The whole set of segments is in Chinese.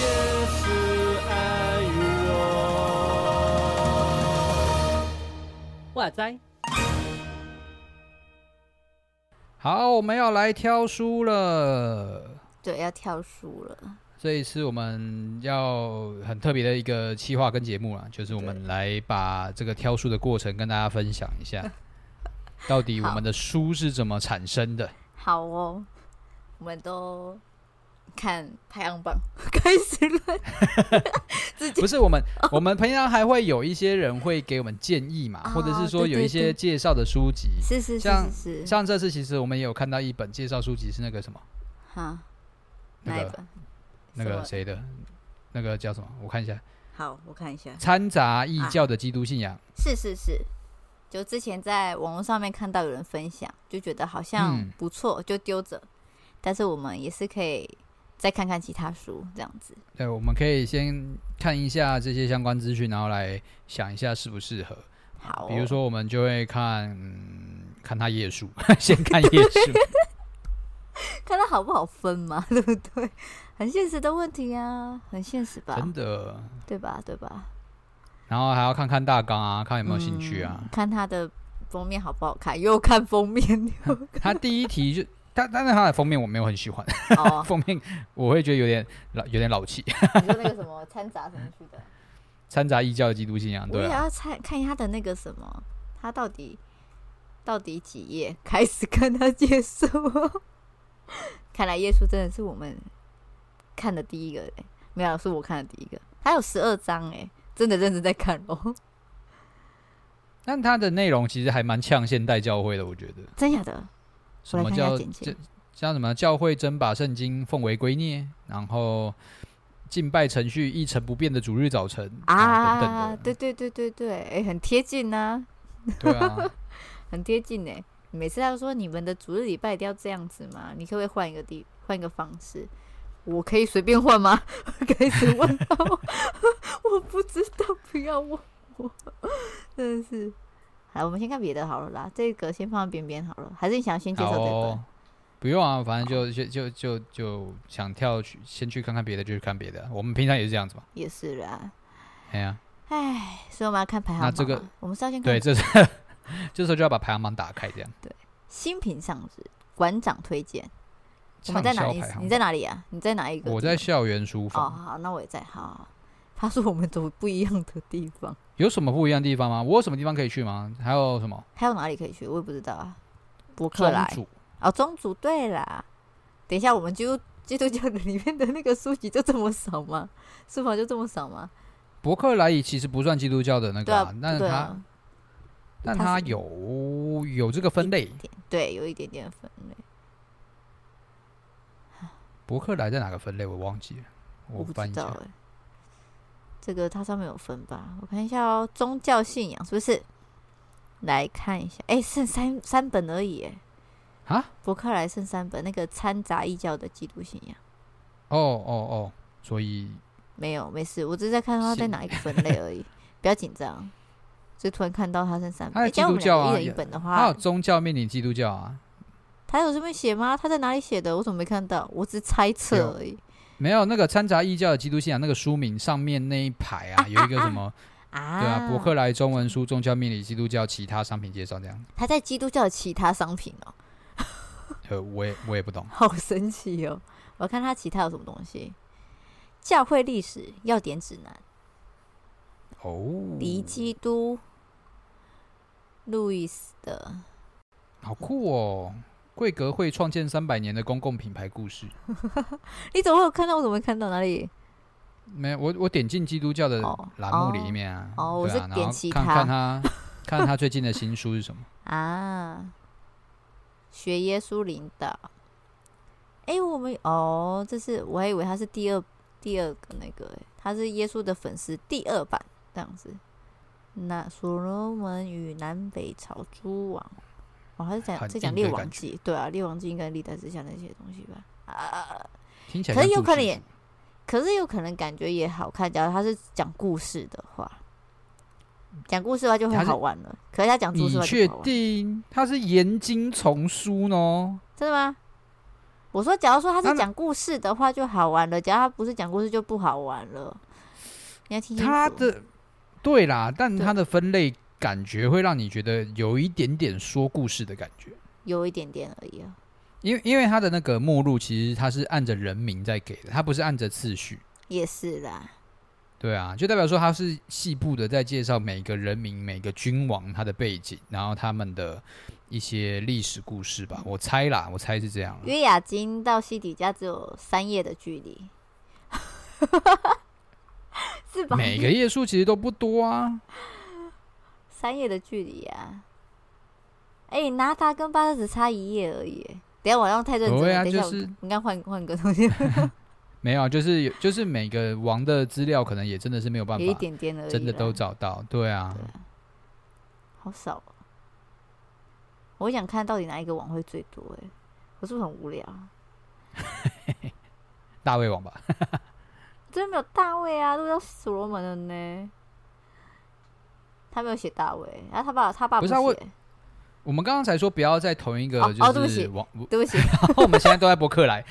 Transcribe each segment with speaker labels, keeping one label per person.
Speaker 1: 也是爱与我。哇塞！
Speaker 2: 好，我们要来挑书了。
Speaker 3: 对，要跳书了。
Speaker 2: 这一次我们要很特别的一个企划跟节目啦，就是我们来把这个挑书的过程跟大家分享一 下，到底我们的书是怎么产生的。
Speaker 3: 好哦，我们都看排行榜 开始了，自己
Speaker 2: 不是我们，我们平常还会有一些人会给我们建议嘛，
Speaker 3: 哦
Speaker 2: 或者是说
Speaker 3: 对
Speaker 2: 有一
Speaker 3: 对
Speaker 2: 些
Speaker 3: 对
Speaker 2: 介绍的书籍。
Speaker 3: 是是是
Speaker 2: 像
Speaker 3: 是是，
Speaker 2: 像这次其实我们也有看到一本介绍书籍是那个什么，
Speaker 3: 好，
Speaker 2: 那
Speaker 3: 哪一
Speaker 2: 个
Speaker 3: 本？
Speaker 2: 那
Speaker 3: 什
Speaker 2: 个
Speaker 3: 么
Speaker 2: 谁的，那个叫什么？我看一下，
Speaker 3: 好，我看一下，
Speaker 2: 掺杂异教的基督信仰。
Speaker 3: 是是是，就之前在网络上面看到有人分享，就觉得好像
Speaker 2: 嗯
Speaker 3: 不错，就丢着。但是我们也是可以再看看其他书，这样子。
Speaker 2: 对，我们可以先看一下这些相关资讯，然后来想一下适不适合。
Speaker 3: 好、哦，
Speaker 2: 比如，说，我们就会看、嗯、看他页数， 先看页数。
Speaker 3: 哦看它好不好分嘛， 对不对？很现实的问题 啊，很现实吧，
Speaker 2: 真的。
Speaker 3: 对吧？对吧？
Speaker 2: 然后还要看看大纲啊，看有没有兴趣啊
Speaker 3: 嗯。看它的封面好不好看，又看封面，又
Speaker 2: 他第一题就，他但是他的封面我没有很喜欢，
Speaker 3: 哦，
Speaker 2: 封面我会觉得有点老，有点老气，
Speaker 3: 你说那个什么掺杂什么去的，
Speaker 2: 掺杂异教的基督信仰，
Speaker 3: 我
Speaker 2: 对
Speaker 3: 也
Speaker 2: 啊、
Speaker 3: 要看看他的那个什么，他到底到底几页开始看他结束。 看来耶稣真的是我们看的第一个、欸，没有是我看的第一个，还有十二章哎、真的认真在看 哦，
Speaker 2: 但他的内容其实还蛮呛现代教啊会的，我觉得。
Speaker 3: 真假的？
Speaker 2: 什
Speaker 3: 我来
Speaker 2: 么
Speaker 3: 看一下
Speaker 2: 叫
Speaker 3: 简介
Speaker 2: 这像什么教会真把圣经奉为圭臬，然后敬拜程序一成不变的主日早晨啊等
Speaker 3: 啊，
Speaker 2: 等的，
Speaker 3: 对对对对对，哎、很贴近呐、
Speaker 2: 对啊，
Speaker 3: 很贴近哎、每次他说你们的主日礼拜一定要这样子吗？你可不可以换一个地，换一个方式？我可以随便换吗？ 开始问他我， 我不知道，不要问我，真的是。好，我们先看别的好了啦，这个先放在边边好了。还是你想 先介
Speaker 2: 好
Speaker 3: 绍这本？
Speaker 2: 哦，不用啊，反正就就就就就想跳去先去看看别的，就去看别的。我们平常也是这样子嘛，
Speaker 3: 也是啦，
Speaker 2: 哎呀、
Speaker 3: 唉，所以我们要看排行
Speaker 2: 那
Speaker 3: 榜嘛。
Speaker 2: 这个
Speaker 3: 我们是要先看
Speaker 2: 对，这是 这时候就要把排行榜打开，这样
Speaker 3: 新品上市，馆长推荐。我
Speaker 2: 畅
Speaker 3: 们在哪
Speaker 2: 销
Speaker 3: 里
Speaker 2: 排？行
Speaker 3: 你
Speaker 2: 榜。
Speaker 3: 在哪里啊？你在哪一个地方？
Speaker 2: 我在校园书
Speaker 3: 哦，
Speaker 2: 房，
Speaker 3: 好，那我也在。好好，好他说我们走不一样的地方，
Speaker 2: 有什么不一样的地方吗？我有什么地方可以去吗？还有什么？
Speaker 3: 还有哪里可以去？我也不知道啊。伯克
Speaker 2: 中
Speaker 3: 莱
Speaker 2: 主
Speaker 3: 哦，宗主对啦。等一下，我们基督基督教的里面的那个书籍就这么少吗？ 书房就这么少吗？
Speaker 2: 伯克莱其实不算基督教的那
Speaker 3: 对
Speaker 2: 个、
Speaker 3: 啊，
Speaker 2: 但
Speaker 3: 对
Speaker 2: 他
Speaker 3: 啊，
Speaker 2: 但
Speaker 3: 它
Speaker 2: 它
Speaker 3: 是
Speaker 2: 有有这个分类。
Speaker 3: 点对，有一点点分类，
Speaker 2: 伯克莱在哪个分类？我忘记了，
Speaker 3: 我不
Speaker 2: 翻
Speaker 3: 知
Speaker 2: 一
Speaker 3: 道
Speaker 2: 下
Speaker 3: 哎、。这个它上面有分吧？我看一下哦，宗教信仰是不是？来看一下，哎、剩三三本而已、哎，
Speaker 2: 啊。
Speaker 3: 伯克莱剩三本，那个掺杂异教的基督信仰。
Speaker 2: 哦哦哦，所以
Speaker 3: 没有，没事，我只是在看他在
Speaker 2: 是
Speaker 3: 哪一个分类而 已，不要紧张。就突然看到他剩三
Speaker 2: 他
Speaker 3: 本，
Speaker 2: 有
Speaker 3: 诶这样
Speaker 2: 基督教啊
Speaker 3: 我们两个一
Speaker 2: 也
Speaker 3: 人一本的
Speaker 2: 还有
Speaker 3: 话，
Speaker 2: 宗教面临基督教啊，
Speaker 3: 他有这边写吗？他在哪里写的？我怎么没看到？我只猜
Speaker 2: 有
Speaker 3: 测而已
Speaker 2: 没有那个掺杂异教的基督信仰那个书名上面那一排啊，有一个什么
Speaker 3: 啊。
Speaker 2: 对啊，伯克莱中文书宗教面临基督教其他商品介绍这样，
Speaker 3: 他在基督教的其他商品哦，
Speaker 2: 呃，我也我也不懂，
Speaker 3: 好神奇哦！我看他其他有什么东西，教会历史要点指南，
Speaker 2: 哦，
Speaker 3: 离基督，路易斯的
Speaker 2: 好酷哦。贵格会创建三百年的公共品牌故事，
Speaker 3: 你怎么会有看到？我怎么没看到哪里？
Speaker 2: 没有我我点进基督教的
Speaker 3: 哦
Speaker 2: 栏目
Speaker 3: 哦
Speaker 2: 里面啊，
Speaker 3: 哦我
Speaker 2: 对啊
Speaker 3: 是
Speaker 2: 然
Speaker 3: 点
Speaker 2: 后
Speaker 3: 其
Speaker 2: 看
Speaker 3: 他
Speaker 2: 看他 看他最近的新书是什么。
Speaker 3: 啊，学耶稣领导。哎、我们哦，这是我还以为他是第二第二个那个，诶他是耶稣的粉丝第二版这样子。那所罗门与南北朝诸王，哦，他是讲
Speaker 2: 很
Speaker 3: 在讲
Speaker 2: 硬
Speaker 3: 列
Speaker 2: 的
Speaker 3: 王
Speaker 2: 感觉
Speaker 3: 记，对啊，列王记应该历代之下那些东西吧。啊，
Speaker 2: 听起来
Speaker 3: 可是
Speaker 2: 像
Speaker 3: 有
Speaker 2: 故
Speaker 3: 可
Speaker 2: 事书
Speaker 3: 能也可是有可能感觉也好看，假如他是讲故事的话，讲故事的话就
Speaker 2: 他
Speaker 3: 很
Speaker 2: 是
Speaker 3: 好玩了。可是他讲故事
Speaker 2: 你
Speaker 3: 的话
Speaker 2: 确
Speaker 3: 就不好玩，
Speaker 2: 定他是言经丛书呢？
Speaker 3: 真的吗？我说，假如说他
Speaker 2: 他
Speaker 3: 是
Speaker 2: 们
Speaker 3: 讲故事的话就好玩了，假如他不是讲故事就不好玩了。你要听清楚
Speaker 2: 他的对啦，但
Speaker 3: 对
Speaker 2: 他的分类感觉会让你觉得有一点点说故事的感觉，
Speaker 3: 有一点点而已啊。
Speaker 2: 因为因为他的那个目录其实他是按着人名在给的，他不是按着次序。
Speaker 3: 也是啦，
Speaker 2: 对啊，就代表说他是细部的在介绍每个人民、每个君王他的背景，然后他们的一些历史故事吧。我猜啦，我猜是这样啦。
Speaker 3: 约雅金到西底家只有三页的距离， 是吧？
Speaker 2: 每个页数其实都不多啊，
Speaker 3: 三页的距离啊。哎、拿达跟巴特只差一页而已耶。等一下我要太认真
Speaker 2: 对
Speaker 3: 了，
Speaker 2: 啊
Speaker 3: 等一下我
Speaker 2: 就是
Speaker 3: 我应该换换个东西，
Speaker 2: 没有啊，就是有就是每个王的资料可能也真的是没有办
Speaker 3: 有一
Speaker 2: 法，
Speaker 3: 点点而已啦，
Speaker 2: 真的都找到。对啊，
Speaker 3: 好少、哦。我想看到底哪一个网会最多哎，我是不是很无聊？啊
Speaker 2: 大胃王吧，
Speaker 3: 真的没有大卫啊，都叫所罗门了呢。他没有写大卫，然、后他爸他爸
Speaker 2: 不是
Speaker 3: 写，
Speaker 2: 啊我我们刚刚才说不要在同一个
Speaker 3: 哦哦对
Speaker 2: 就
Speaker 3: 不起
Speaker 2: 是王，不
Speaker 3: 对不起，
Speaker 2: 我 们现在都在博客来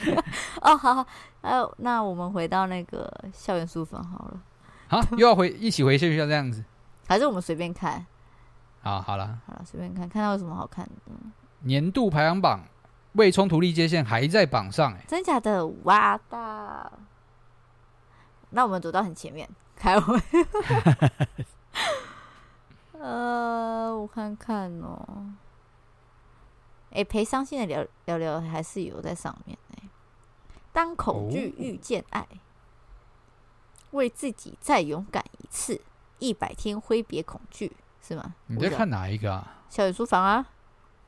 Speaker 3: 哦，好好，呃，那我们回到那个校园书房好了，
Speaker 2: 啊，又要回一起回线下这样子
Speaker 3: 还是我们随便看？
Speaker 2: 啊，好啦，
Speaker 3: 好了，随便看，看到有什么好看的？
Speaker 2: 年度排行榜未冲突力界限还在榜上哎、
Speaker 3: 真假的？哇大！那我们走到很前面，开会。呃，我看看哦。哎、陪伤心的聊聊聊还是有在上面哎、当恐惧
Speaker 2: 哦
Speaker 3: 遇见爱，为自己再勇敢一次，一百天挥别恐惧，是吗？
Speaker 2: 你
Speaker 3: 我
Speaker 2: 在
Speaker 3: 有
Speaker 2: 看哪一个啊？
Speaker 3: 小雨书房啊？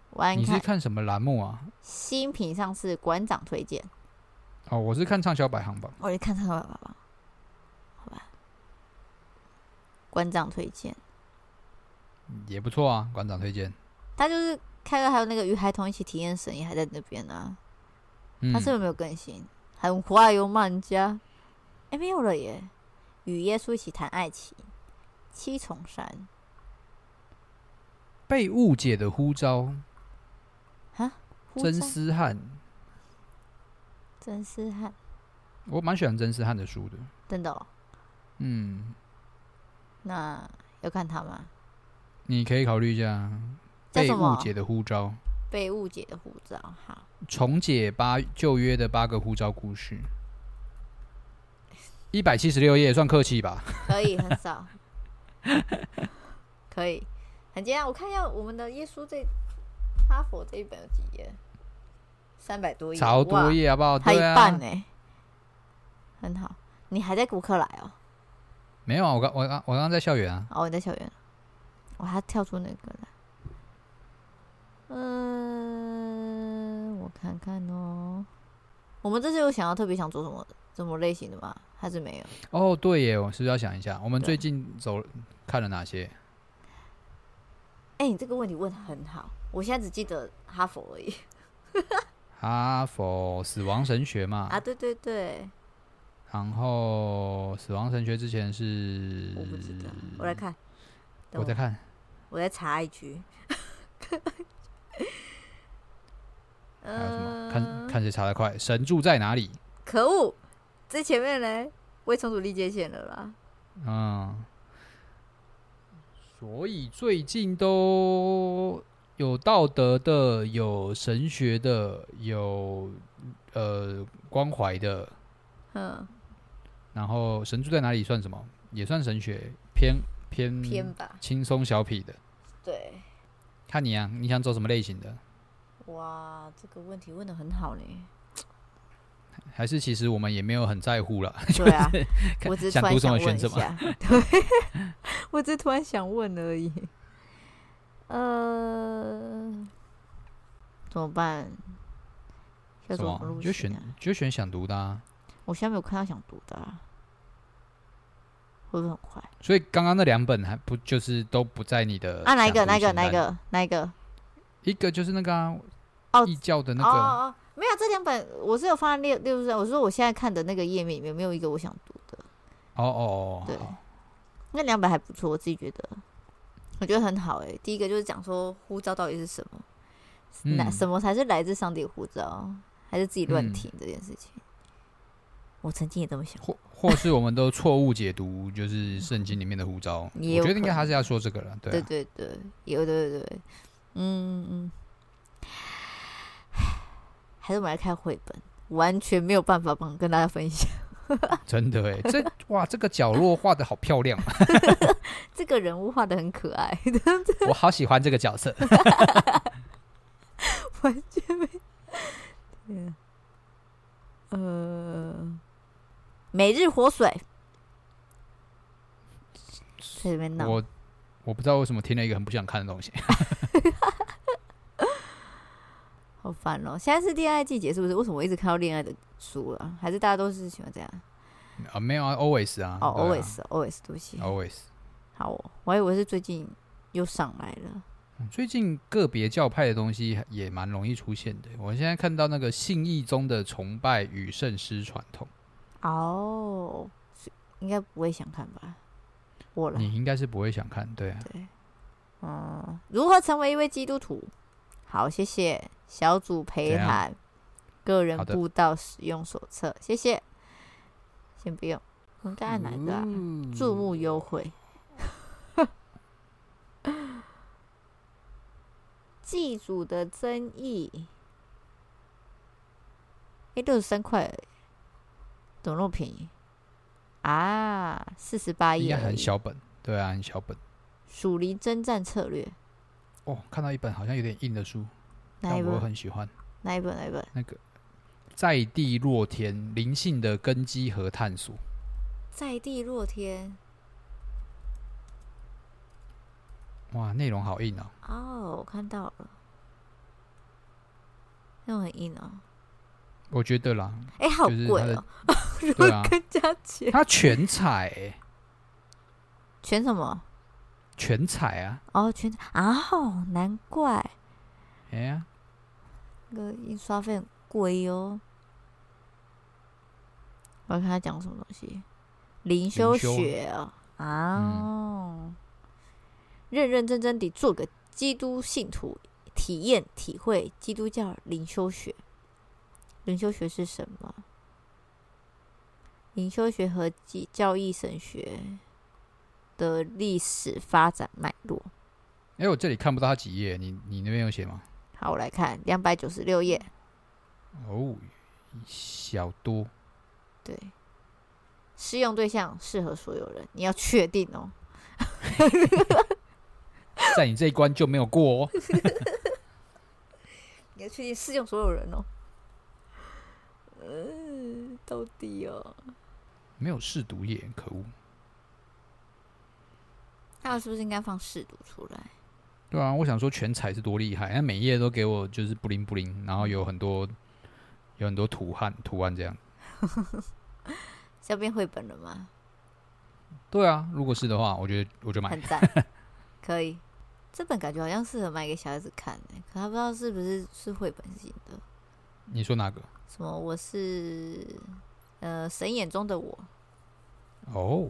Speaker 3: 我按
Speaker 2: 你是
Speaker 3: 看
Speaker 2: 看什么栏目啊？
Speaker 3: 新品上市馆长推荐。
Speaker 2: 哦，我是看畅销排行榜。
Speaker 3: 我就看看爸爸吧，好吧。馆长推荐，
Speaker 2: 也不错啊，馆长推荐。
Speaker 3: 他就是开哥还有那个与孩童一起体验神也还在那边呢、
Speaker 2: 嗯
Speaker 3: 他是不是没有更新？还有华油漫家，哎、没有了耶。与耶稣一起谈爱情，七重山
Speaker 2: 被误解的呼召，
Speaker 3: 呼
Speaker 2: 真
Speaker 3: 召
Speaker 2: 思翰，
Speaker 3: 真是汉，
Speaker 2: 我蛮喜欢真思翰的书的。
Speaker 3: 真的、哦。
Speaker 2: 嗯，
Speaker 3: 那要看他吗？
Speaker 2: 你可以考虑一下啊
Speaker 3: 叫
Speaker 2: 被
Speaker 3: 什
Speaker 2: 误
Speaker 3: 么？
Speaker 2: 解的呼召，
Speaker 3: 被误解的护照。好，
Speaker 2: 重解八旧约的八个呼召故事。一百七十六页算客气吧，
Speaker 3: 可以，很少， 可以，很简单。我看一下我们的耶稣这哈佛这一本有几页？三百多页，
Speaker 2: 超多
Speaker 3: 哇，
Speaker 2: 页好不好？
Speaker 3: 它啊一
Speaker 2: 对
Speaker 3: 半
Speaker 2: 啊，
Speaker 3: 呢、很好。你还在补课来哦？
Speaker 2: 没有啊，我刚我刚我刚刚在校园啊，
Speaker 3: 哦，你在校园，我还跳出那个来。嗯，我看看哦。我们这次有想要特别想做什么什么类型的吗？还是没有？
Speaker 2: 哦对耶，我是不是要想一下，我们
Speaker 3: 对
Speaker 2: 最近走看了哪些？
Speaker 3: 哎、你这个问题问的很好，我现在只记得哈佛而已。
Speaker 2: 哈佛死亡神学嘛，
Speaker 3: 啊，对对对，
Speaker 2: 然后死亡神学之前是
Speaker 3: 我不知道，我来看，
Speaker 2: 嗯
Speaker 3: 等
Speaker 2: 我在看，
Speaker 3: 我在查一句。
Speaker 2: 还有什么？看
Speaker 3: 呃
Speaker 2: 看谁查得快，神住在哪里？
Speaker 3: 可恶，这前面嘞未重组历界线了啦。
Speaker 2: 嗯，所以最近都有道德的，有神学的，有呃关怀的，
Speaker 3: 嗯，
Speaker 2: 然后神住在哪里算什么？也算神学，偏偏
Speaker 3: 偏吧，
Speaker 2: 轻松小痞的。
Speaker 3: 对，
Speaker 2: 看你啊，你想走什么类型的？
Speaker 3: 哇，这个问题问的很 好呢。
Speaker 2: 还是其实我们也没有很在乎了，
Speaker 3: 对啊，
Speaker 2: 看
Speaker 3: 我只是
Speaker 2: 想
Speaker 3: 突然
Speaker 2: 读什
Speaker 3: 想
Speaker 2: 么
Speaker 3: 问
Speaker 2: 选
Speaker 3: 一
Speaker 2: 什么。
Speaker 3: 下，对， 我只是突然想问而已。呃，怎么办？要
Speaker 2: 什
Speaker 3: 怎么录
Speaker 2: 么？
Speaker 3: 取
Speaker 2: 就
Speaker 3: 啊
Speaker 2: 选就选想读的啊。
Speaker 3: 我现在没有看到想读的、啊，会不会很快？
Speaker 2: 所以刚刚那两本还不就是都不在你的
Speaker 3: 啊，哪一个？
Speaker 2: 呃想读
Speaker 3: 哪一
Speaker 2: 清单
Speaker 3: 个？哪一？个？哪一个？
Speaker 2: 一个就是那个啊
Speaker 3: 哦
Speaker 2: 异教的那
Speaker 3: 哦
Speaker 2: 个，
Speaker 3: 哦哦，没有，这两本我是有放在列列入上。我说我现在看的那个页面里面没有一个我想读的，
Speaker 2: 哦哦哦，
Speaker 3: 对
Speaker 2: 好
Speaker 3: 那两本还不错，我自己觉得我觉得很好哎、第一个就是讲说呼召到底是什么，
Speaker 2: 嗯
Speaker 3: 哪、什么才是来自上帝的呼召，还是自己乱
Speaker 2: 嗯
Speaker 3: 听这件事情。我曾经也这么想，
Speaker 2: 或或是我们都错误解读，就是圣经里面的呼召。我
Speaker 3: 也有
Speaker 2: 觉得应
Speaker 3: 可
Speaker 2: 该他
Speaker 3: 能
Speaker 2: 是要说这个了，对
Speaker 3: 对
Speaker 2: 啊、
Speaker 3: 对对，有对对对，嗯嗯，还是我们来看绘本，完全没有办法帮跟大家分享
Speaker 2: 真的哎，这哇，这个角落画的好漂亮 啊，
Speaker 3: 这个人物画的很可爱，
Speaker 2: 我好喜欢这个角色。
Speaker 3: 完全没。对啊呃，每日活水，在里面闹。
Speaker 2: 我我不知道为什么听了一个很不想看的东西。
Speaker 3: 好烦哦！现在是恋爱季节，是不是？为什么我一直看到恋爱的书啊？还是大家都是喜欢这样？
Speaker 2: 啊，没有啊，always 啊，
Speaker 3: 哦、
Speaker 2: 对
Speaker 3: a l w a y
Speaker 2: 啊
Speaker 3: s a l w a y s 对不起。
Speaker 2: always。
Speaker 3: 好、哦，我还以为是最近又上来了。
Speaker 2: 最近个别教派的东西也蛮容易出现的。我现在看到那个信义宗的崇拜与圣师传统，
Speaker 3: 哦、是应该不会想看吧？我了，
Speaker 2: 你应该是不会想看，对啊。
Speaker 3: 对，嗯，如何成为一位基督徒？好，谢谢小组陪
Speaker 2: 怎样
Speaker 3: 谈，个人
Speaker 2: 好的
Speaker 3: 步道使用手册，谢谢。先不用，我们该按哪个啊？注
Speaker 2: 嗯
Speaker 3: 目优惠。 祭祖的争议，哎、六十三块而已，怎么那么便宜啊？四十八
Speaker 2: 应
Speaker 3: 页
Speaker 2: 该
Speaker 3: 而
Speaker 2: 很
Speaker 3: 已
Speaker 2: 小本，对啊，很小本。
Speaker 3: 蜀离征战策略
Speaker 2: 哦，看到一本好像有点硬的书，
Speaker 3: 哪
Speaker 2: 但
Speaker 3: 一
Speaker 2: 我
Speaker 3: 本？
Speaker 2: 很喜欢
Speaker 3: 哪一本？哪一本？
Speaker 2: 那个《在地落天：灵性的根基和探索》。
Speaker 3: 在地若天
Speaker 2: 哇，内容好硬哦。
Speaker 3: 哦，我看到了，那种很硬哦，
Speaker 2: 我觉得 啦，
Speaker 3: 哎、好
Speaker 2: 就是
Speaker 3: 贵
Speaker 2: 它的
Speaker 3: 哦， 如果
Speaker 2: 对啊
Speaker 3: 跟加钱，
Speaker 2: 它全彩欸、
Speaker 3: 全什么？
Speaker 2: 全彩啊！
Speaker 3: 哦，全啊、哦，难怪
Speaker 2: 哎呀，
Speaker 3: 那个印刷费很贵哦。我要看他讲什么东西，灵修
Speaker 2: 灵修
Speaker 3: 学哦啊、哦认认真真地做个基督信徒，体验体会基督教灵修学。灵修学是什么？灵修学和基教义神学的历史发展脉络。
Speaker 2: 哎、我这里看不到它几页，你你那边有写吗？
Speaker 3: 好，我来看两百九十六页，
Speaker 2: 哦，小多。
Speaker 3: 对，适用对象适合所有人，你要确定哦。
Speaker 2: 在你这一关就没有过哦。
Speaker 3: 你要确定适用所有人哦。嗯，到底哦，
Speaker 2: 没有试读页，可恶。
Speaker 3: 那我是不是应该放试读出来？
Speaker 2: 对啊，我想说全彩是多厉害，那每一页都给我就是布灵布灵，然后有很多有很多图案图案这样。
Speaker 3: 是要变绘本了吗？
Speaker 2: 对啊，如果是的话，我觉得我就买
Speaker 3: 很。赞，可以。这本感觉好像适合卖给小孩子看呢、可他不知道是不是是绘本型的。
Speaker 2: 你说哪个？
Speaker 3: 什么？我是呃神眼中的我，
Speaker 2: 哦，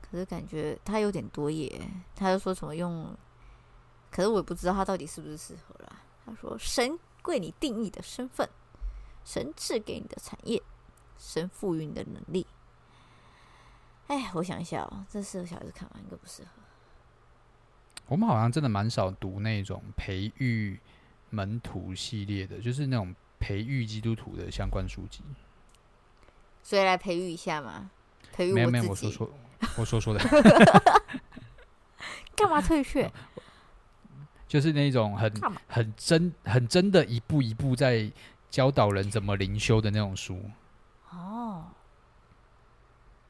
Speaker 3: 可是感觉他有点多耶，他又说什么用，可是我也不知道他到底是不是适合啦。他说神为你定义的身份，神赐给你的产业，神赋予你的能力。哎，我想一下哦，这适合小孩子看吗？应该不适合。
Speaker 2: 我们好像真的蛮少读那种培育门徒系列的，就是那种培育基督徒的相关书籍。
Speaker 3: 所以来培育一下嘛，培育
Speaker 2: 没有没有，我
Speaker 3: 自
Speaker 2: 说
Speaker 3: 己。
Speaker 2: 说，我说说的。
Speaker 3: 干嘛退 却？
Speaker 2: 就是那种很
Speaker 3: 干嘛
Speaker 2: 很真、很真的一步一步在教导人怎么灵修的那种书。
Speaker 3: 哦，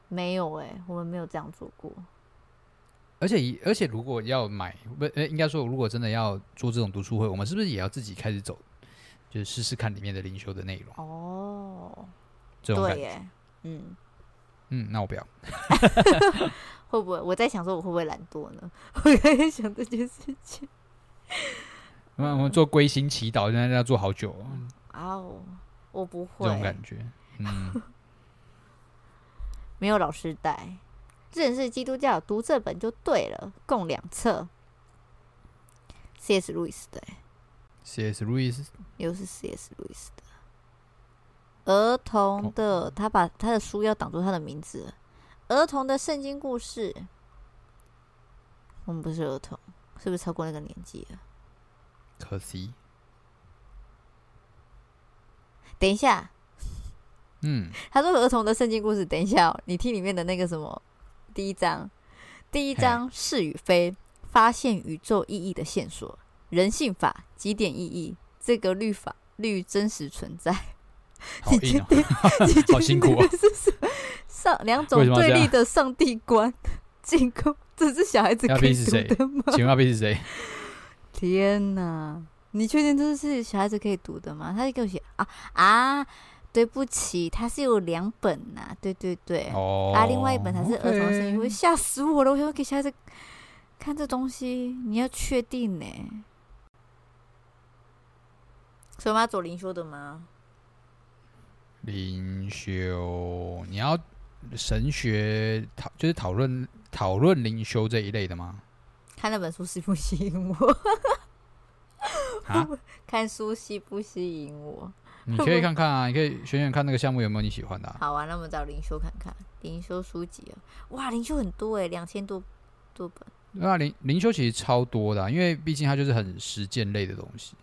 Speaker 3: 没有哎、我们没有这样做过。
Speaker 2: 而且以，而且如果要买，不，呃应该说，如果真的要做这种读书会，我们是不是也要自己开始走，就是试试看里面的灵修的内容？
Speaker 3: 哦，
Speaker 2: 这种感
Speaker 3: 对
Speaker 2: 觉。
Speaker 3: 耶，嗯。
Speaker 2: 嗯，那我不要。
Speaker 3: 会不会？我在想说，我会不会懒惰呢？ 我在想这件事情。
Speaker 2: 我们我们做归心祈祷，现在要做好久哦，
Speaker 3: 啊、哦，我不
Speaker 2: 这种
Speaker 3: 会
Speaker 2: 感，觉。嗯，
Speaker 3: 没有老师带。认识基督教，读这本就对了，共两册， C.S. 路易斯的、欸，
Speaker 2: C.S. 路易斯
Speaker 3: 又是 C.S. 路易斯的。儿童的，他把他的书要挡住他的名字了。儿童的圣经故事，我们不是儿童，是不是超过那个年纪了？
Speaker 2: 可惜，
Speaker 3: 等一下，
Speaker 2: 嗯，
Speaker 3: 他说儿童的圣经故事，等一下、哦，你听里面的那个什么，第一章，第一章是与非，发现宇宙意义的线索，人性法几点意义，这个律法律真实存 在。
Speaker 2: 好
Speaker 3: 你
Speaker 2: 硬
Speaker 3: 确
Speaker 2: 哦，
Speaker 3: 定？你确
Speaker 2: 好辛
Speaker 3: 定
Speaker 2: 苦
Speaker 3: 这
Speaker 2: 哦
Speaker 3: 个是什么上两种
Speaker 2: 为什么要
Speaker 3: 对
Speaker 2: 这
Speaker 3: 立
Speaker 2: 样
Speaker 3: 的上帝观进攻，这是小孩子
Speaker 2: 要
Speaker 3: 可以
Speaker 2: 逼死
Speaker 3: 读
Speaker 2: 谁
Speaker 3: 的吗？
Speaker 2: 请问阿 B 是谁？
Speaker 3: 天哪！你确定这是小孩子可以读的吗？他就给我写啊啊，对不起，它是有两本呐、对对对，
Speaker 2: 哦，
Speaker 3: 啊，另外一本才是儿童声音，我
Speaker 2: OK
Speaker 3: 吓死我了！我想说给小孩子看这东西，你要确定呢、所以我们要走灵修的吗？
Speaker 2: 灵修，你要神学讨就是讨论讨论灵修这一类的吗？
Speaker 3: 看那本书吸不吸引我？
Speaker 2: 啊，
Speaker 3: 看书吸不吸引我？
Speaker 2: 你可以看看啊，你可以选选看那个项目有没有你喜欢的、啊。
Speaker 3: 好啊，那我们找灵修看看灵修书籍啊！哇，灵修很多哎、两千多多本
Speaker 2: 对啊，灵灵修其实超多的啊、因为毕竟它就是很实践类的东西，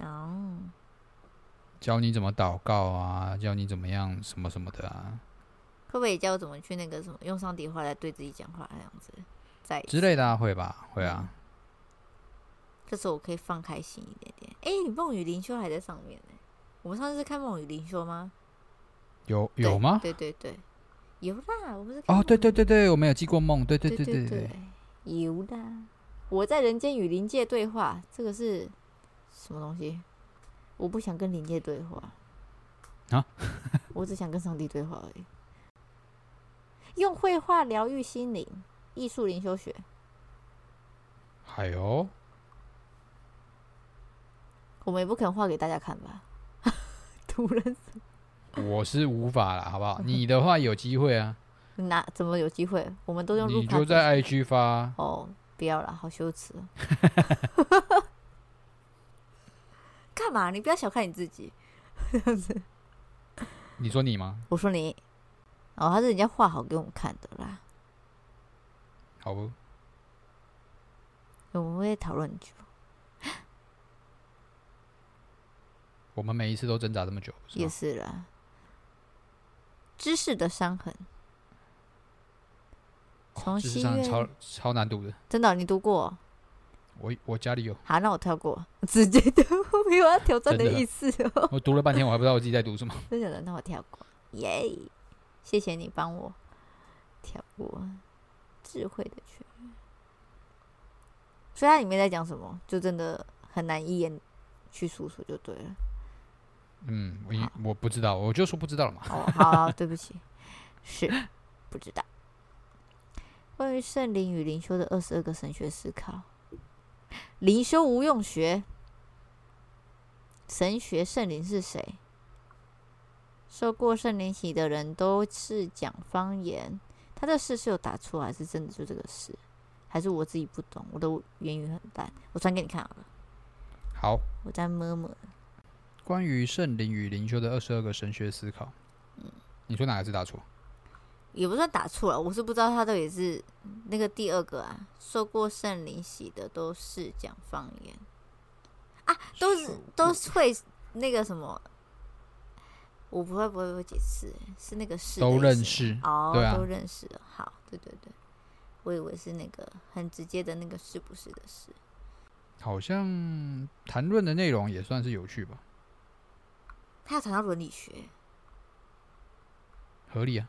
Speaker 3: 哦。
Speaker 2: 教你怎么祷告啊，教你怎么样什么什么的啊
Speaker 3: 会不会也教我怎么去那个什么用上帝话来对自己讲话那样子？在一起
Speaker 2: 之类的啊，会吧？会啊。
Speaker 3: 嗯这时候我可以放开心一点点。哎、你梦与灵修还在上面呢、我们上次是看梦与灵修吗？
Speaker 2: 有
Speaker 3: 对
Speaker 2: 有吗？
Speaker 3: 对对对，有啦，我们是看
Speaker 2: 哦，对
Speaker 3: 梦
Speaker 2: 对对对，我们有记过梦，对对
Speaker 3: 对
Speaker 2: 对
Speaker 3: 对有啦。我在人间与灵界对话，这个是什么东西？我不想跟灵界对话
Speaker 2: 啊，
Speaker 3: 我只想跟上帝对话而已。用绘画疗愈心灵，艺术灵修学，
Speaker 2: 还有
Speaker 3: 我们也不可能画给大家看吧？ 突然
Speaker 2: 我是无法了，好不好？
Speaker 3: 嗯
Speaker 2: 你的话有机会啊，
Speaker 3: 哪怎么有机会？我们都用录
Speaker 2: 你
Speaker 3: 卡
Speaker 2: 就在 IG 发啊，
Speaker 3: 哦，不要了，好羞 耻哦。干嘛？你不要小看你自己。
Speaker 2: 你说你吗？
Speaker 3: 我说你，哦，他是人家画好给我们看的啦。
Speaker 2: 好不？
Speaker 3: 我们会讨论很久，
Speaker 2: 我们每一次都挣扎这么久，是
Speaker 3: 也
Speaker 2: 吧？
Speaker 3: 是啦。知识的伤痕，从
Speaker 2: 哦知识
Speaker 3: 西
Speaker 2: 上
Speaker 3: 月
Speaker 2: 超超难读的，
Speaker 3: 真的哦、你读过哦？
Speaker 2: 我我家里有，
Speaker 3: 好，那我跳过， 直接的，我没有要挑战的
Speaker 2: 真的
Speaker 3: 意思哦。
Speaker 2: 我读了半天，我还不知道我自己在读什么。
Speaker 3: 真的假的，那我跳过，耶、谢谢你帮我跳过智慧的雀跃。所以它里面在讲什么，就真的很难一言去诉说，就对了。
Speaker 2: 嗯，我一
Speaker 3: 好
Speaker 2: 我不知道，我就说不知道了嘛。
Speaker 3: 哦，好啊，对不起，是不知道。关于圣灵与灵修的二十二个神学思考，灵修无用学，神学圣灵是谁？受过圣灵洗的人都是讲方言，他的事是有打错还是真的就这个事？还是我自己不懂，我的言语很烂，我传给你看好了，
Speaker 2: 好，
Speaker 3: 我在摸摸。
Speaker 2: 关于圣灵与灵修的二十二个神学思考，
Speaker 3: 嗯
Speaker 2: 你说哪个字打错？
Speaker 3: 也不算打错了，我是不知道他到底是那个第二个啊，受过圣灵洗的都是讲方言啊，都是都是会那个什么，我不会不会不会解释欸，是那个是的
Speaker 2: 都
Speaker 3: 意思
Speaker 2: 认识
Speaker 3: 哦，
Speaker 2: 对啊
Speaker 3: 都认识了，好，对对对，我以为是那个很直接的那个是不是的是，
Speaker 2: 好像谈论的内容也算是有趣吧，
Speaker 3: 他有谈到伦理学，
Speaker 2: 合理啊，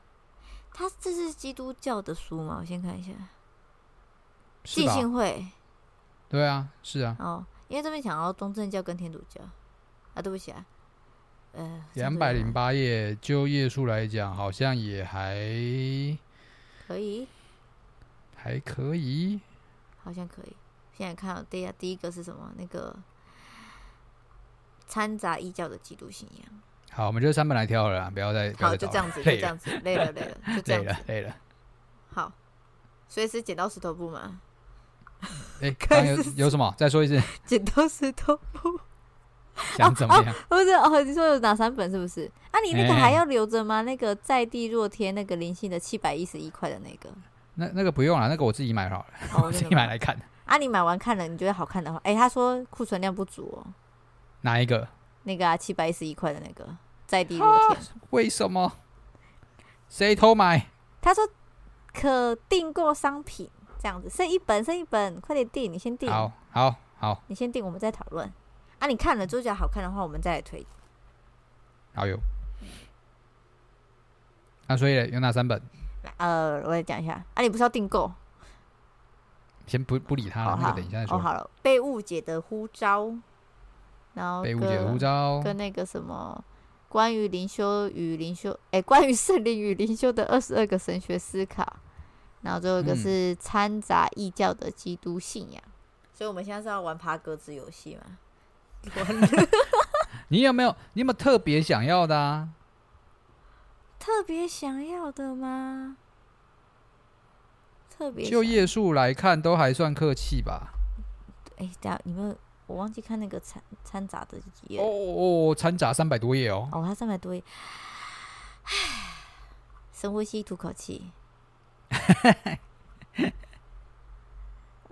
Speaker 3: 他这是基督教的书吗？我先看一下，
Speaker 2: 是
Speaker 3: 浸
Speaker 2: 吧？
Speaker 3: 信会
Speaker 2: 对啊，是啊，
Speaker 3: 哦，因为这边讲到东正教跟天主教啊，对不起啊，呃，
Speaker 2: 两百零
Speaker 3: 八
Speaker 2: 八页就页数来讲，好像也还
Speaker 3: 啊可以，
Speaker 2: 还可以。
Speaker 3: 好像可以。现在看到第一第一个是什么？那个掺杂异教的基督信仰。
Speaker 2: 好，我们就三本来挑了啦，不要再不要
Speaker 3: 好，
Speaker 2: 再
Speaker 3: 就
Speaker 2: 找
Speaker 3: 这样子，
Speaker 2: 了
Speaker 3: 就
Speaker 2: 累
Speaker 3: 这
Speaker 2: 了，
Speaker 3: 样子，累了累了，就 这
Speaker 2: 累
Speaker 3: 样子。
Speaker 2: 了，累了。
Speaker 3: 好，所以是剪刀石头布嘛？
Speaker 2: 哎，
Speaker 3: 开
Speaker 2: 刚刚有
Speaker 3: 始
Speaker 2: 有什么？再说一次，
Speaker 3: 剪刀石头布，
Speaker 2: 想怎么样？
Speaker 3: 不是哦，你说有哪三本是不是？啊，你那个
Speaker 2: 哎
Speaker 3: 还要留着吗？那个在地若天，那个林夕的七百一十一块的那个，
Speaker 2: 那那个不用了，那个我自己买好了，
Speaker 3: 哦，
Speaker 2: 我自
Speaker 3: 真的
Speaker 2: 己
Speaker 3: 吗
Speaker 2: 买来看。
Speaker 3: 啊，你买完看了，你觉得好看的话，哎、他说库存量不足哦，
Speaker 2: 哪一个？
Speaker 3: 那个啊，七百一十一块的那个在地若天，
Speaker 2: 为什么？谁偷买？
Speaker 3: 他说可订购商品这样子，剩一本，剩一本，快点订，你先订，
Speaker 2: 好好好，
Speaker 3: 你先订，我们再讨论。啊，你看了主角好看的话，我们再来推。
Speaker 2: 好有。那、所以嘞有哪三本？
Speaker 3: 呃，我也讲一下，啊，你不是要订购？
Speaker 2: 先不不理他
Speaker 3: 哦
Speaker 2: 了，那
Speaker 3: 好
Speaker 2: 个等一下再
Speaker 3: 哦，
Speaker 2: 说。
Speaker 3: 好了，被误解的呼召，然后
Speaker 2: 被误解的
Speaker 3: 跟
Speaker 2: 护照，
Speaker 3: 跟那个什么关于灵修与灵修，哎、关于圣灵与灵修的二十二个神学思考，然后最后一个
Speaker 2: 嗯
Speaker 3: 是掺杂异教的基督信仰。所以我们现在是要玩爬格子游戏嘛？
Speaker 2: 你有没有？你有没有特别想要的啊？
Speaker 3: 特别想要的吗？特别
Speaker 2: 就
Speaker 3: 想
Speaker 2: 页数来看，都还算客气吧。
Speaker 3: 哎、等下你们我忘记看那个掺掺杂的页
Speaker 2: 哦
Speaker 3: 了
Speaker 2: 哦，掺杂三百多页哦。
Speaker 3: 哦，它上面多一， 深呼吸，吐口气。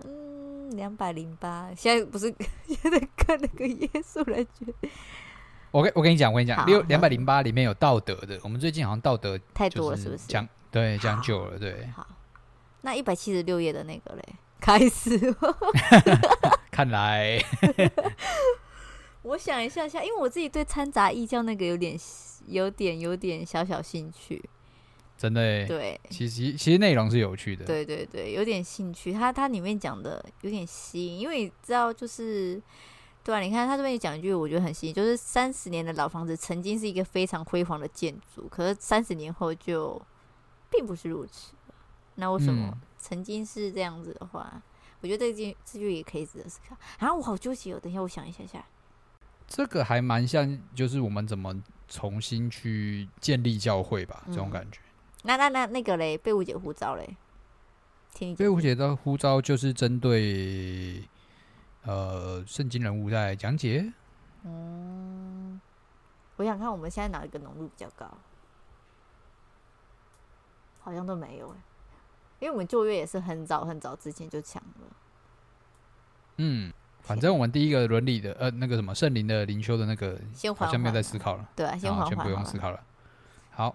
Speaker 3: 嗯，两百零八，现在不是 现在看那个耶稣来觉得
Speaker 2: 我跟我跟你讲，我跟你
Speaker 3: 好
Speaker 2: 讲，六
Speaker 3: 好
Speaker 2: 两百零八里面有道德的，我们最近好像道德
Speaker 3: 太多
Speaker 2: 就
Speaker 3: 了，是不是？
Speaker 2: 讲对
Speaker 3: 好
Speaker 2: 讲久了，对，
Speaker 3: 好，那一百七十六页的那个嘞， 开始。
Speaker 2: 看来
Speaker 3: 我想一下下，因为我自己对掺杂异教那个有点、有点、有点小小兴趣。
Speaker 2: 真的欸，
Speaker 3: 对，
Speaker 2: 其实其实内容是有趣的，
Speaker 3: 对对对，有点兴趣。它它里面讲的有点吸引，因为你知道，就是对啊，你看它这边也讲一句，我觉得很吸引，就是三十年的老房子曾经是一个非常辉煌的建筑，可是三十年后就并不是如此了。那为什么
Speaker 2: 嗯
Speaker 3: 曾经是这样子的话，我觉得这句这句也可以值得思考。啊，我好纠结哦，等一下我想一下下。
Speaker 2: 这个还蛮像，就是我们怎么重新去建立教会吧，这种
Speaker 3: 嗯
Speaker 2: 感觉。
Speaker 3: 那那那那个嘞，被误解护照嘞，听你
Speaker 2: 所以
Speaker 3: 讲
Speaker 2: 我觉得呼召就是针对呃圣经人物在讲解，
Speaker 3: 嗯，我想看我们现在哪一个浓度比较高，好像都没有哎、因为我们旧约也是很早很早之前就抢了。
Speaker 2: 嗯，反正我们第一个伦理的呃那个什么圣灵的灵修的那个
Speaker 3: 先
Speaker 2: 嗯好
Speaker 3: 缓
Speaker 2: 像没有
Speaker 3: 缓
Speaker 2: 在
Speaker 3: 啊，
Speaker 2: 思考了，
Speaker 3: 对啊，先
Speaker 2: 啊
Speaker 3: 缓
Speaker 2: 先
Speaker 3: 缓
Speaker 2: 不
Speaker 3: 好
Speaker 2: 用
Speaker 3: 了。
Speaker 2: 思考了。好，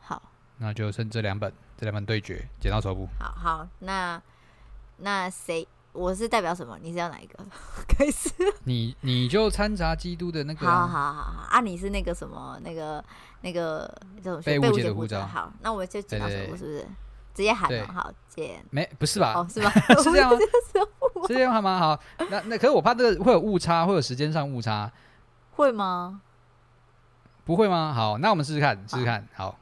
Speaker 3: 好，
Speaker 2: 那就剩这两本，这两本对决，剪刀手部。
Speaker 3: 好，好，那那谁？我是代表什么？你是要哪一个？ 开始。
Speaker 2: 你你就掺杂基督的那个、
Speaker 3: 好
Speaker 2: 啊，
Speaker 3: 好好好啊！你是那个什么那个那个叫什么
Speaker 2: 被
Speaker 3: 被
Speaker 2: 误
Speaker 3: 误
Speaker 2: 解
Speaker 3: 解
Speaker 2: 的护
Speaker 3: 照。
Speaker 2: 照
Speaker 3: 好，那我们就
Speaker 2: 对
Speaker 3: 剪刀手
Speaker 2: 对
Speaker 3: 部
Speaker 2: 对
Speaker 3: 是不是？直接喊
Speaker 2: 对
Speaker 3: 哦好剪
Speaker 2: 没不是吧？
Speaker 3: 哦是 吧？
Speaker 2: 是这 样吗？是这样吗？好，那那可是我怕这个会有误差，会有时间上误差，
Speaker 3: 会吗？
Speaker 2: 不会吗？好，那我们试试看，试试看。好，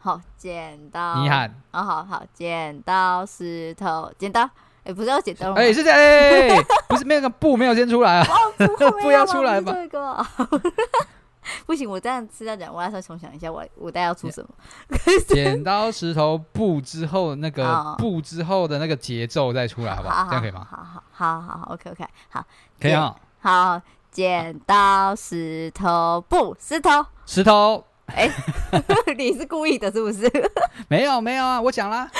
Speaker 3: 好剪刀，
Speaker 2: 你喊，
Speaker 3: 哦，好好，剪刀石头剪刀，哎、不是要剪刀吗？
Speaker 2: 哎、是这样，哎、不是那个布没有先出来啊，
Speaker 3: 不会啊
Speaker 2: 不要出来吧
Speaker 3: 不是这个不行，我这样是要讲，我要稍微重想一下我，我大概要出什么？
Speaker 2: 剪刀石头布之后那
Speaker 3: 哦
Speaker 2: 个布之后的那个节奏再出来，好不好？
Speaker 3: 好
Speaker 2: 这样可以吗？
Speaker 3: 好好好好好，OK OK，好
Speaker 2: 可以啊。
Speaker 3: 好，剪刀石头布石头，
Speaker 2: 石头
Speaker 3: 你是故意的，是不是？
Speaker 2: 没有没有啊，我讲啦，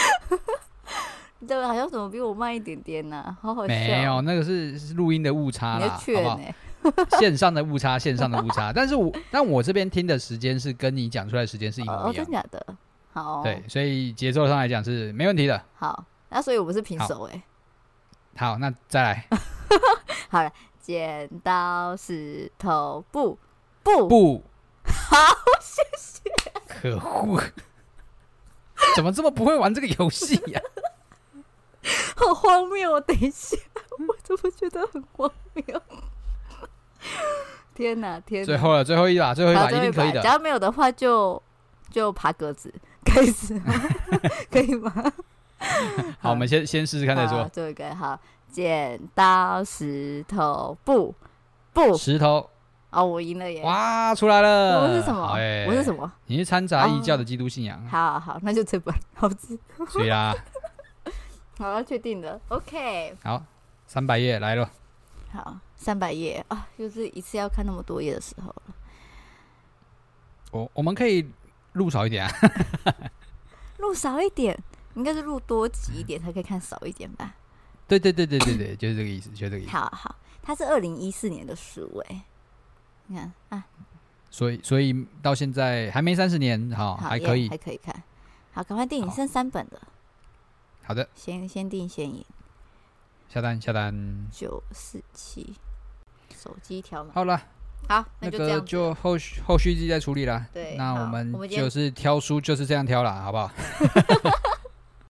Speaker 3: 对，好像怎么比我慢一点点呢、好好笑，
Speaker 2: 没有，那个是是录音的误差
Speaker 3: 你
Speaker 2: 啦，
Speaker 3: 在
Speaker 2: 好
Speaker 3: 劝
Speaker 2: 不好
Speaker 3: 呢、？
Speaker 2: 线上的误差，线上的误差。 但是我但我这边听的时间是跟你讲出来的时间是一模
Speaker 3: 哦，
Speaker 2: 一样
Speaker 3: 真，假的？哦好，
Speaker 2: 对，，所以节奏上来讲是没问题的。
Speaker 3: 好，那所以我们是平手哎、
Speaker 2: 好，那再来
Speaker 3: 好了，剪刀石头布布
Speaker 2: 不，好，谢谢。可恶，怎么这么不会玩这个游戏 呀？
Speaker 3: 好荒谬！哦！等一下，我怎么觉得很荒谬？ 天哪，天
Speaker 2: 最
Speaker 3: 哪！
Speaker 2: 后了，最后一把，最后一
Speaker 3: 好
Speaker 2: 把
Speaker 3: 最
Speaker 2: 一
Speaker 3: 后
Speaker 2: 定可以
Speaker 3: 把
Speaker 2: 的
Speaker 3: 只。要没有的话就就爬格子，开始吗 可以 吗？
Speaker 2: 好，我们先先试试看再
Speaker 3: 好
Speaker 2: 说。
Speaker 3: 最后一个好，剪刀石头布布
Speaker 2: 石头，
Speaker 3: 哦，我赢了耶！
Speaker 2: 哇，出来了！
Speaker 3: 我是什么
Speaker 2: 好欸？
Speaker 3: 我是什？么？
Speaker 2: 你是掺杂异教的基督信仰，啊
Speaker 3: 哦 好好好，那就这本好字。
Speaker 2: 所以啦，
Speaker 3: 好要确定的，OK，
Speaker 2: 好，三百页来了，
Speaker 3: 好，三百页啊，又是一次要看那么多页的时候了。
Speaker 2: 我我们可以录少一点啊。
Speaker 3: 录少一点，应该是录多集一点才可以看少一点吧。
Speaker 2: 对对对对对 对，就是这个意思，就是这个意思。
Speaker 3: 好好，它是二零一四年的书哎、你看啊，
Speaker 2: 所以所以到现在还没三十年，好，
Speaker 3: 好
Speaker 2: 还
Speaker 3: 耶
Speaker 2: 可以
Speaker 3: 哦还。可以看。好，赶快定，
Speaker 2: 好
Speaker 3: 剩三本了，
Speaker 2: 好的，
Speaker 3: 先先定先赢
Speaker 2: 下单下单。
Speaker 3: 九四七，手机条码。
Speaker 2: 好了，
Speaker 3: 好，
Speaker 2: 那
Speaker 3: 就这
Speaker 2: 个
Speaker 3: 样子。
Speaker 2: 就后续后续自己再处理啦。
Speaker 3: 对
Speaker 2: 那
Speaker 3: 好
Speaker 2: 我们
Speaker 3: 我们今天
Speaker 2: 就是挑书就是这样挑啦，好不好？